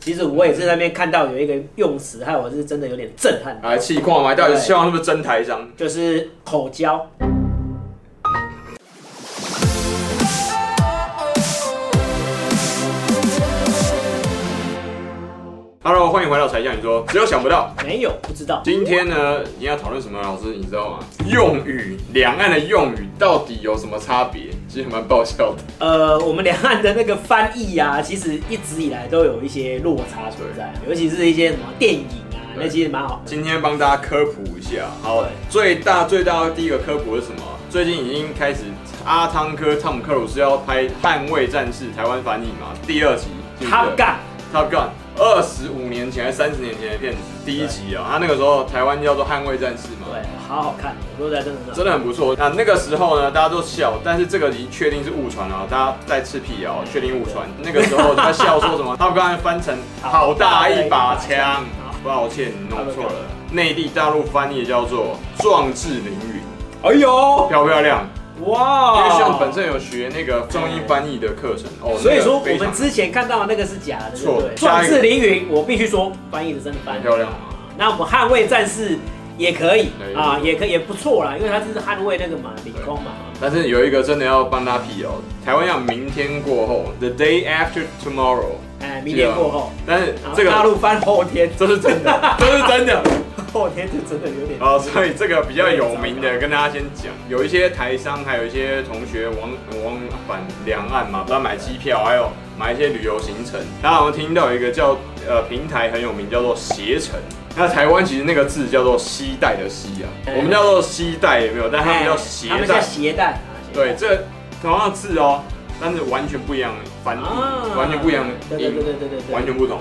其实我也是在那边看到有一个用词，害我是真的有点震撼，来气矿嘛，到底希望是不是真台商？就是口交。 Hello，欢迎回到才酱，你说只有想不到。没有，不知道。今天呢，你要讨论什么？老师，你知道吗？用语，两岸的用语到底有什么差别？其实蛮爆笑的。呃，我们两岸的那个翻译啊，其实一直以来都有一些落差存在，尤其是一些什么电影啊，对那其实蛮好的。今天帮大家科普一下，好，最大最大的第一个科普是什么？最近已经开始，阿汤哥汤姆克鲁斯要拍《捍卫战士》台湾翻译嘛，第二集。记不记得 Top Gun， Top Gun 二十五年前还是三十年前的片子，第一集啊，他那个时候台湾叫做《捍卫战士》嘛，对，好好看，我说实在真的很好真的很不错。那那个时候呢，大家都笑，但是这个已经确定是误传了，大家在吃辟谣，确定误传。那个时候他笑说什 么？他刚才翻成“好大一把枪”，抱歉，你弄错了。内地大陆翻译叫做“壮志凌云看。哎”，呦，漂不漂亮？因哇！为像本身有学那个中英翻译的课程哦，所以说我那个非常们之前看到的那个是假的，对不对？错下壮一个志凌云，我必须说翻译的真的翻很译漂亮。那我们捍卫战士也可以对啊，也可也不错啦，因为它是捍卫那个嘛领空嘛。但是有一个真的要帮他辟谣，台湾要明天过后，the day after tomorrow。哎，明年过后，但是啊然后这个啊大陆翻后天，这是真 的，这是真的。后天就真的有点。啊，所以这个比较有名的，跟大家先讲，有一些台商，还有一些同学往往返两岸嘛，帮买机票，还有买一些旅游行程。大家好像听到有一个叫呃平台很有名，叫做携程。那台湾其实那个字叫做携带的携啊，哎我们叫做携带有没有？但啊他们叫哎携他们叫带。携带啊。携带对，这同样的字哦，但是完全不一样的翻译，啊完全不一样的对对音对，对对对对，完全不同。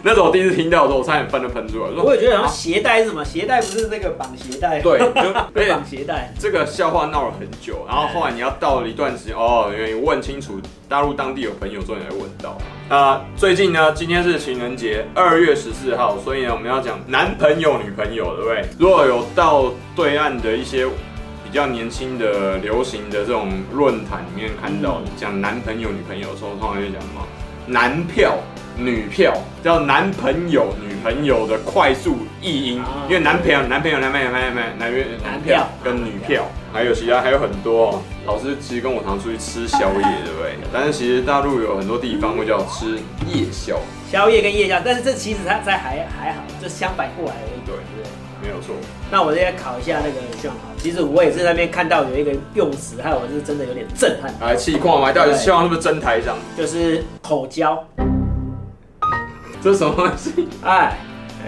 那时候我第一次听到的时候，我差点翻了喷出来，我说我也觉得好像啊鞋带是什么？鞋带不是那个绑鞋带？对，，就被而且绑鞋带。这个笑话闹了很久，然后后来你要到了一段时间哦，因为你问清楚大陆当地有朋友之后，你才问到。那、最近呢，今天是情人节，二月十四号，所以呢，我们要讲男朋友、女朋友，对不对？如果有到对岸的一些比较年轻的、流行的这种论坛里面看到嗯讲男朋友、女朋友的时候，通常就讲什么男票、女票，叫男朋友、女朋友的快速译音啊，因为男朋友、男朋友、男朋友、男朋友、男朋友、男票跟女票，还有其他还有很多、哦。老师其实跟我常出去吃宵夜，对不对？但是其实大陆有很多地方会叫吃夜宵，宵夜跟夜宵，但是这其实它在还还好，就相反过来而已。对不对？没有错。那我这边考一下那个炫豪，其实我也是在那边看到有一个用词，害我是真的有点震撼，来哎气矿嘛，到底希望是不是真台商？就是口交。这是什么东西？哎，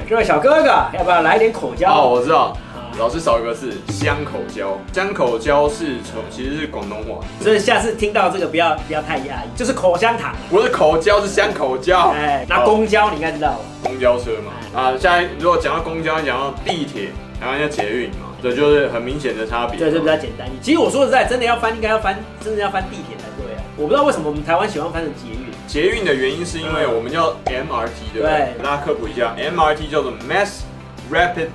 这位小哥哥，要不要来点口交？ 哦，我知道。啊，老师少一个字，香口胶。香口胶是从其实是广东话，所以下次听到这个不要不要太压抑，就是口香糖。不是口胶是香口胶。哎，那公交你应该知道吧？公交车嘛，啊，现在如果讲到公交，讲到地铁，台湾叫捷运嘛，这就是很明显的差别。对，这比较简单。其实我说实在，真的要翻，应该要翻，真的要翻地铁才对啊。我不知道为什么我们台湾喜欢翻成捷运。捷运的原因是因为我们叫 MRT，对不对？对大家科普一下，MRT 叫做 Mass Rapid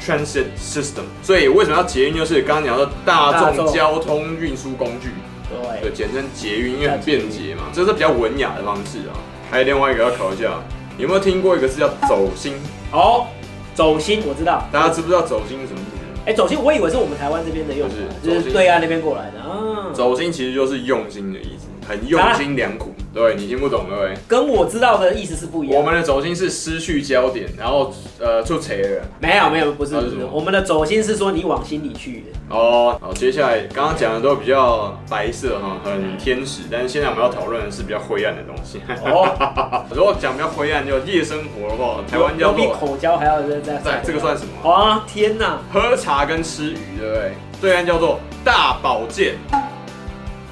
Transit System，所以为什么要捷运？就是刚刚讲到大大众众交通运输工具，对，对，简称捷运，因为很便捷嘛，这是比较文雅的方式啊。还有另外一个要考一下，有没有听过一个字叫走心？哦，走心我知道。大家知不知道走心是什么意思？哎，走心我以为是我们台湾这边的用法，不就是是对岸那边过来的啊。走心其实就是用心的意思，很用心良苦。对你听不懂对不对？跟我知道的意思是不一我样。们的走心是失去焦点，然后呃就扯了。没有没有，不是那哦是不什是，么我们的走心是说你往心里去的。哦，好，接下来刚刚讲的都比较白色哈，很天使，但是现在我们要讨论的是比较灰暗的东 西。哦，如果讲比较灰暗，就夜生活的话，台湾有叫比做哎口交还要再再在这个算什哦么？哇，天哪！喝茶跟吃鱼，对不对？对岸叫做大保健，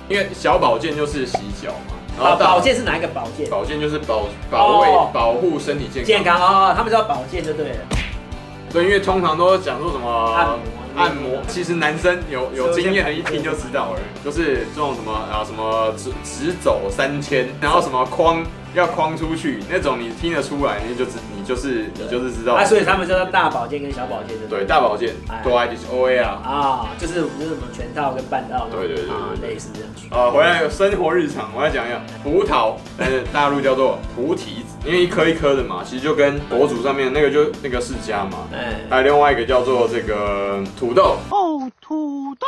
因为小保健就是洗脚嘛，然保后大保健是哪一个保健？保健就是保保卫、哦保护身体健康。健康哦，他们叫保健就对了。对，因为通常都讲说什么按摩嗯按摩，其实男生有有经验的一听就知道了，就是这种什么啊什么直嗯直走三千，然后什么框要框出去那种，你听得出来，你就知你你就是你对就是知道啊，所以他们叫做大保健跟小保健，对不对大保健哎多爱就是 O A 啊。啊，就是我们就是什么全套跟半套那种，对对对对啊对类似这样去。呃，回来有生活日常，我要讲一下葡萄，但是大陆叫做菩提子，因为一颗一颗的嘛，其实就跟国主上面那个就那个释迦嘛，哎，还有另外一个叫做这个土豆，哦，土豆。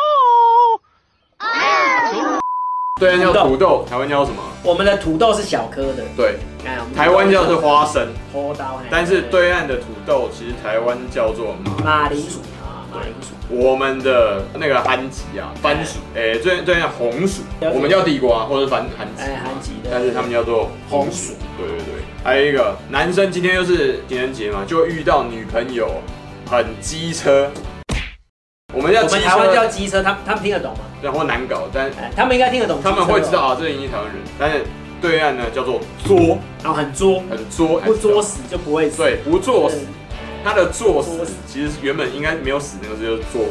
对，叫土豆土豆，台湾叫什么？我们的土豆是小颗的，对，哎，我们台湾叫做花生，拖刀，哎嘿但是对岸的土豆其实台湾叫做马铃薯啊，马铃薯，我们的那个番薯啊，番薯，哎诶、最最像红薯，了解我们叫地瓜或者番番薯，哎，韩籍的，但是他们叫做红薯，对对对，还有一个男生今天又是情人节嘛，就会遇到女朋友很机车，我们叫我机们车，台湾叫机车，他们他们听得懂吗？然后难搞，但哎，他们应该听得懂，他们会知道，啊，这已经是台湾人，但是对岸呢叫做作，然后很作，很作，不作死就不会死，对，不作死，他的作作死死其实原本应该没有死那个字，就是作，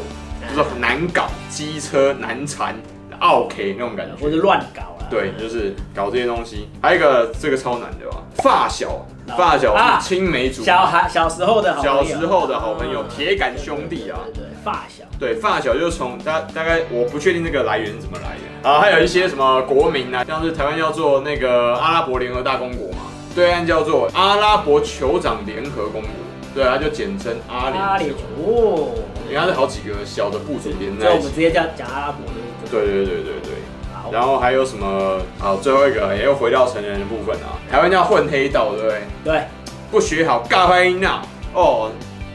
哎就是很难搞，机车难缠，OK 那种感或觉。者乱搞啊，对，就是搞这些东西。还有一个，这个超难的吧，发小，老发小啊是青梅竹小马，孩小时候的好朋友，小时候的好朋友啊铁杆兄弟啊对对，对对发小，对，发小就是从大大概我不确定这个来源是怎么来的啊，还有一些什么国民啊，像是台湾叫做那个阿拉伯联合大公国嘛，对岸叫做阿拉伯酋长联合公国，对，它就简称阿阿联联酋酋，，哦，因为它是好几个小的部族连所以在我一们起直。接叫讲阿拉伯的，对对对对对对。好然后还有什么？好，最后一个也又回到成人的部分啊。台湾叫混黑道，对不对？对，不学好尬拍音啊，哦，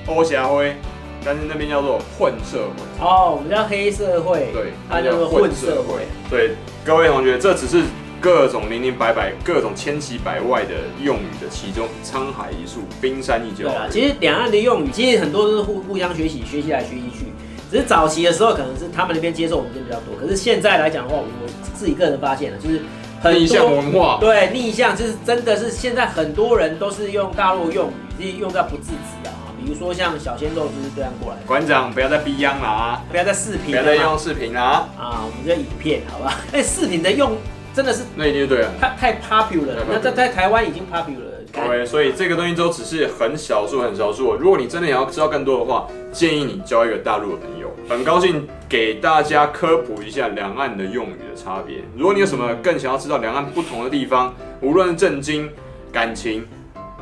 欧霞辉，但是那边叫做混社会，哦，我们叫黑社会，对，他叫做混社会，。对，各位同学，这只是各种零零百百、各种千奇百怪的用语的其中沧海一粟，冰山一角对。啊，其实两岸的用语，其实很多都是互互相学习，学习来学习去。只是早期的时候，可能是他们那边接受我们这边比较多，可是现在来讲的话，我自己个人发现了，就是很逆向多文化，对逆向，就是真的是现在很多人都是用大陆用语，是用到不自知的啊。比如说像小鲜肉就是这样过来的，馆长不要再逼央了啊，不要再视频不了要嘛再用视频了啊，啊，我们就影片，好不好？哎，视频的用真的是那一定是对了。太太 popular 了太，popular 那在在台湾已经 popular 了。干 OK，所以这个东西都只是很少数、很少数。如果你真的想要知道更多的话，建议你交一个大陆的朋友。很高兴给大家科普一下两岸的用语的差别。如果你有什么更想要知道两岸不同的地方，无论是政经、感情、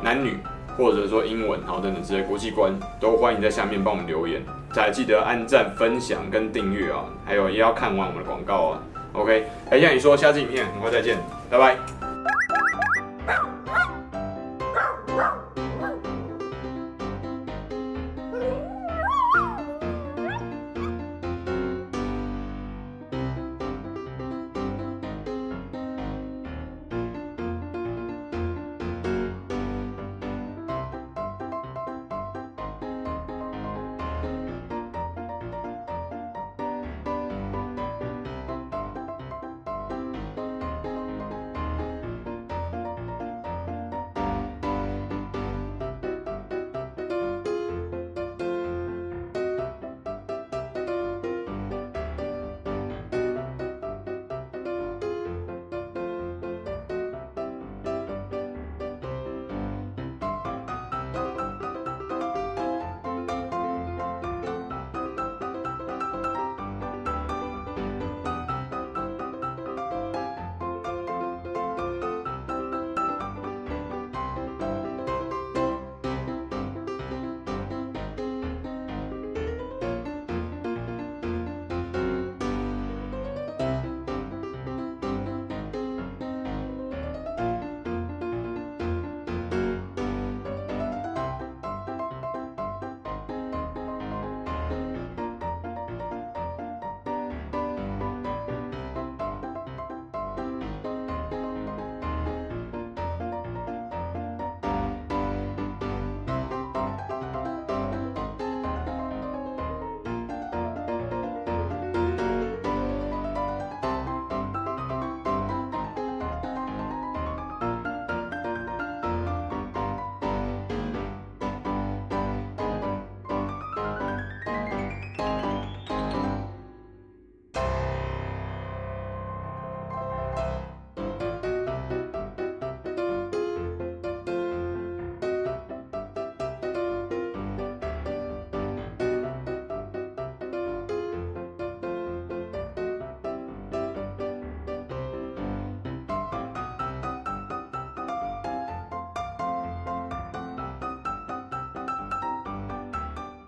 男女，或者说英文，好等等之类国际观，都欢迎在下面帮我们留言。还记得按赞、分享跟订阅啊，还有也要看完我们的广告啊。OK，很像你说，下期影片很快再见，拜拜。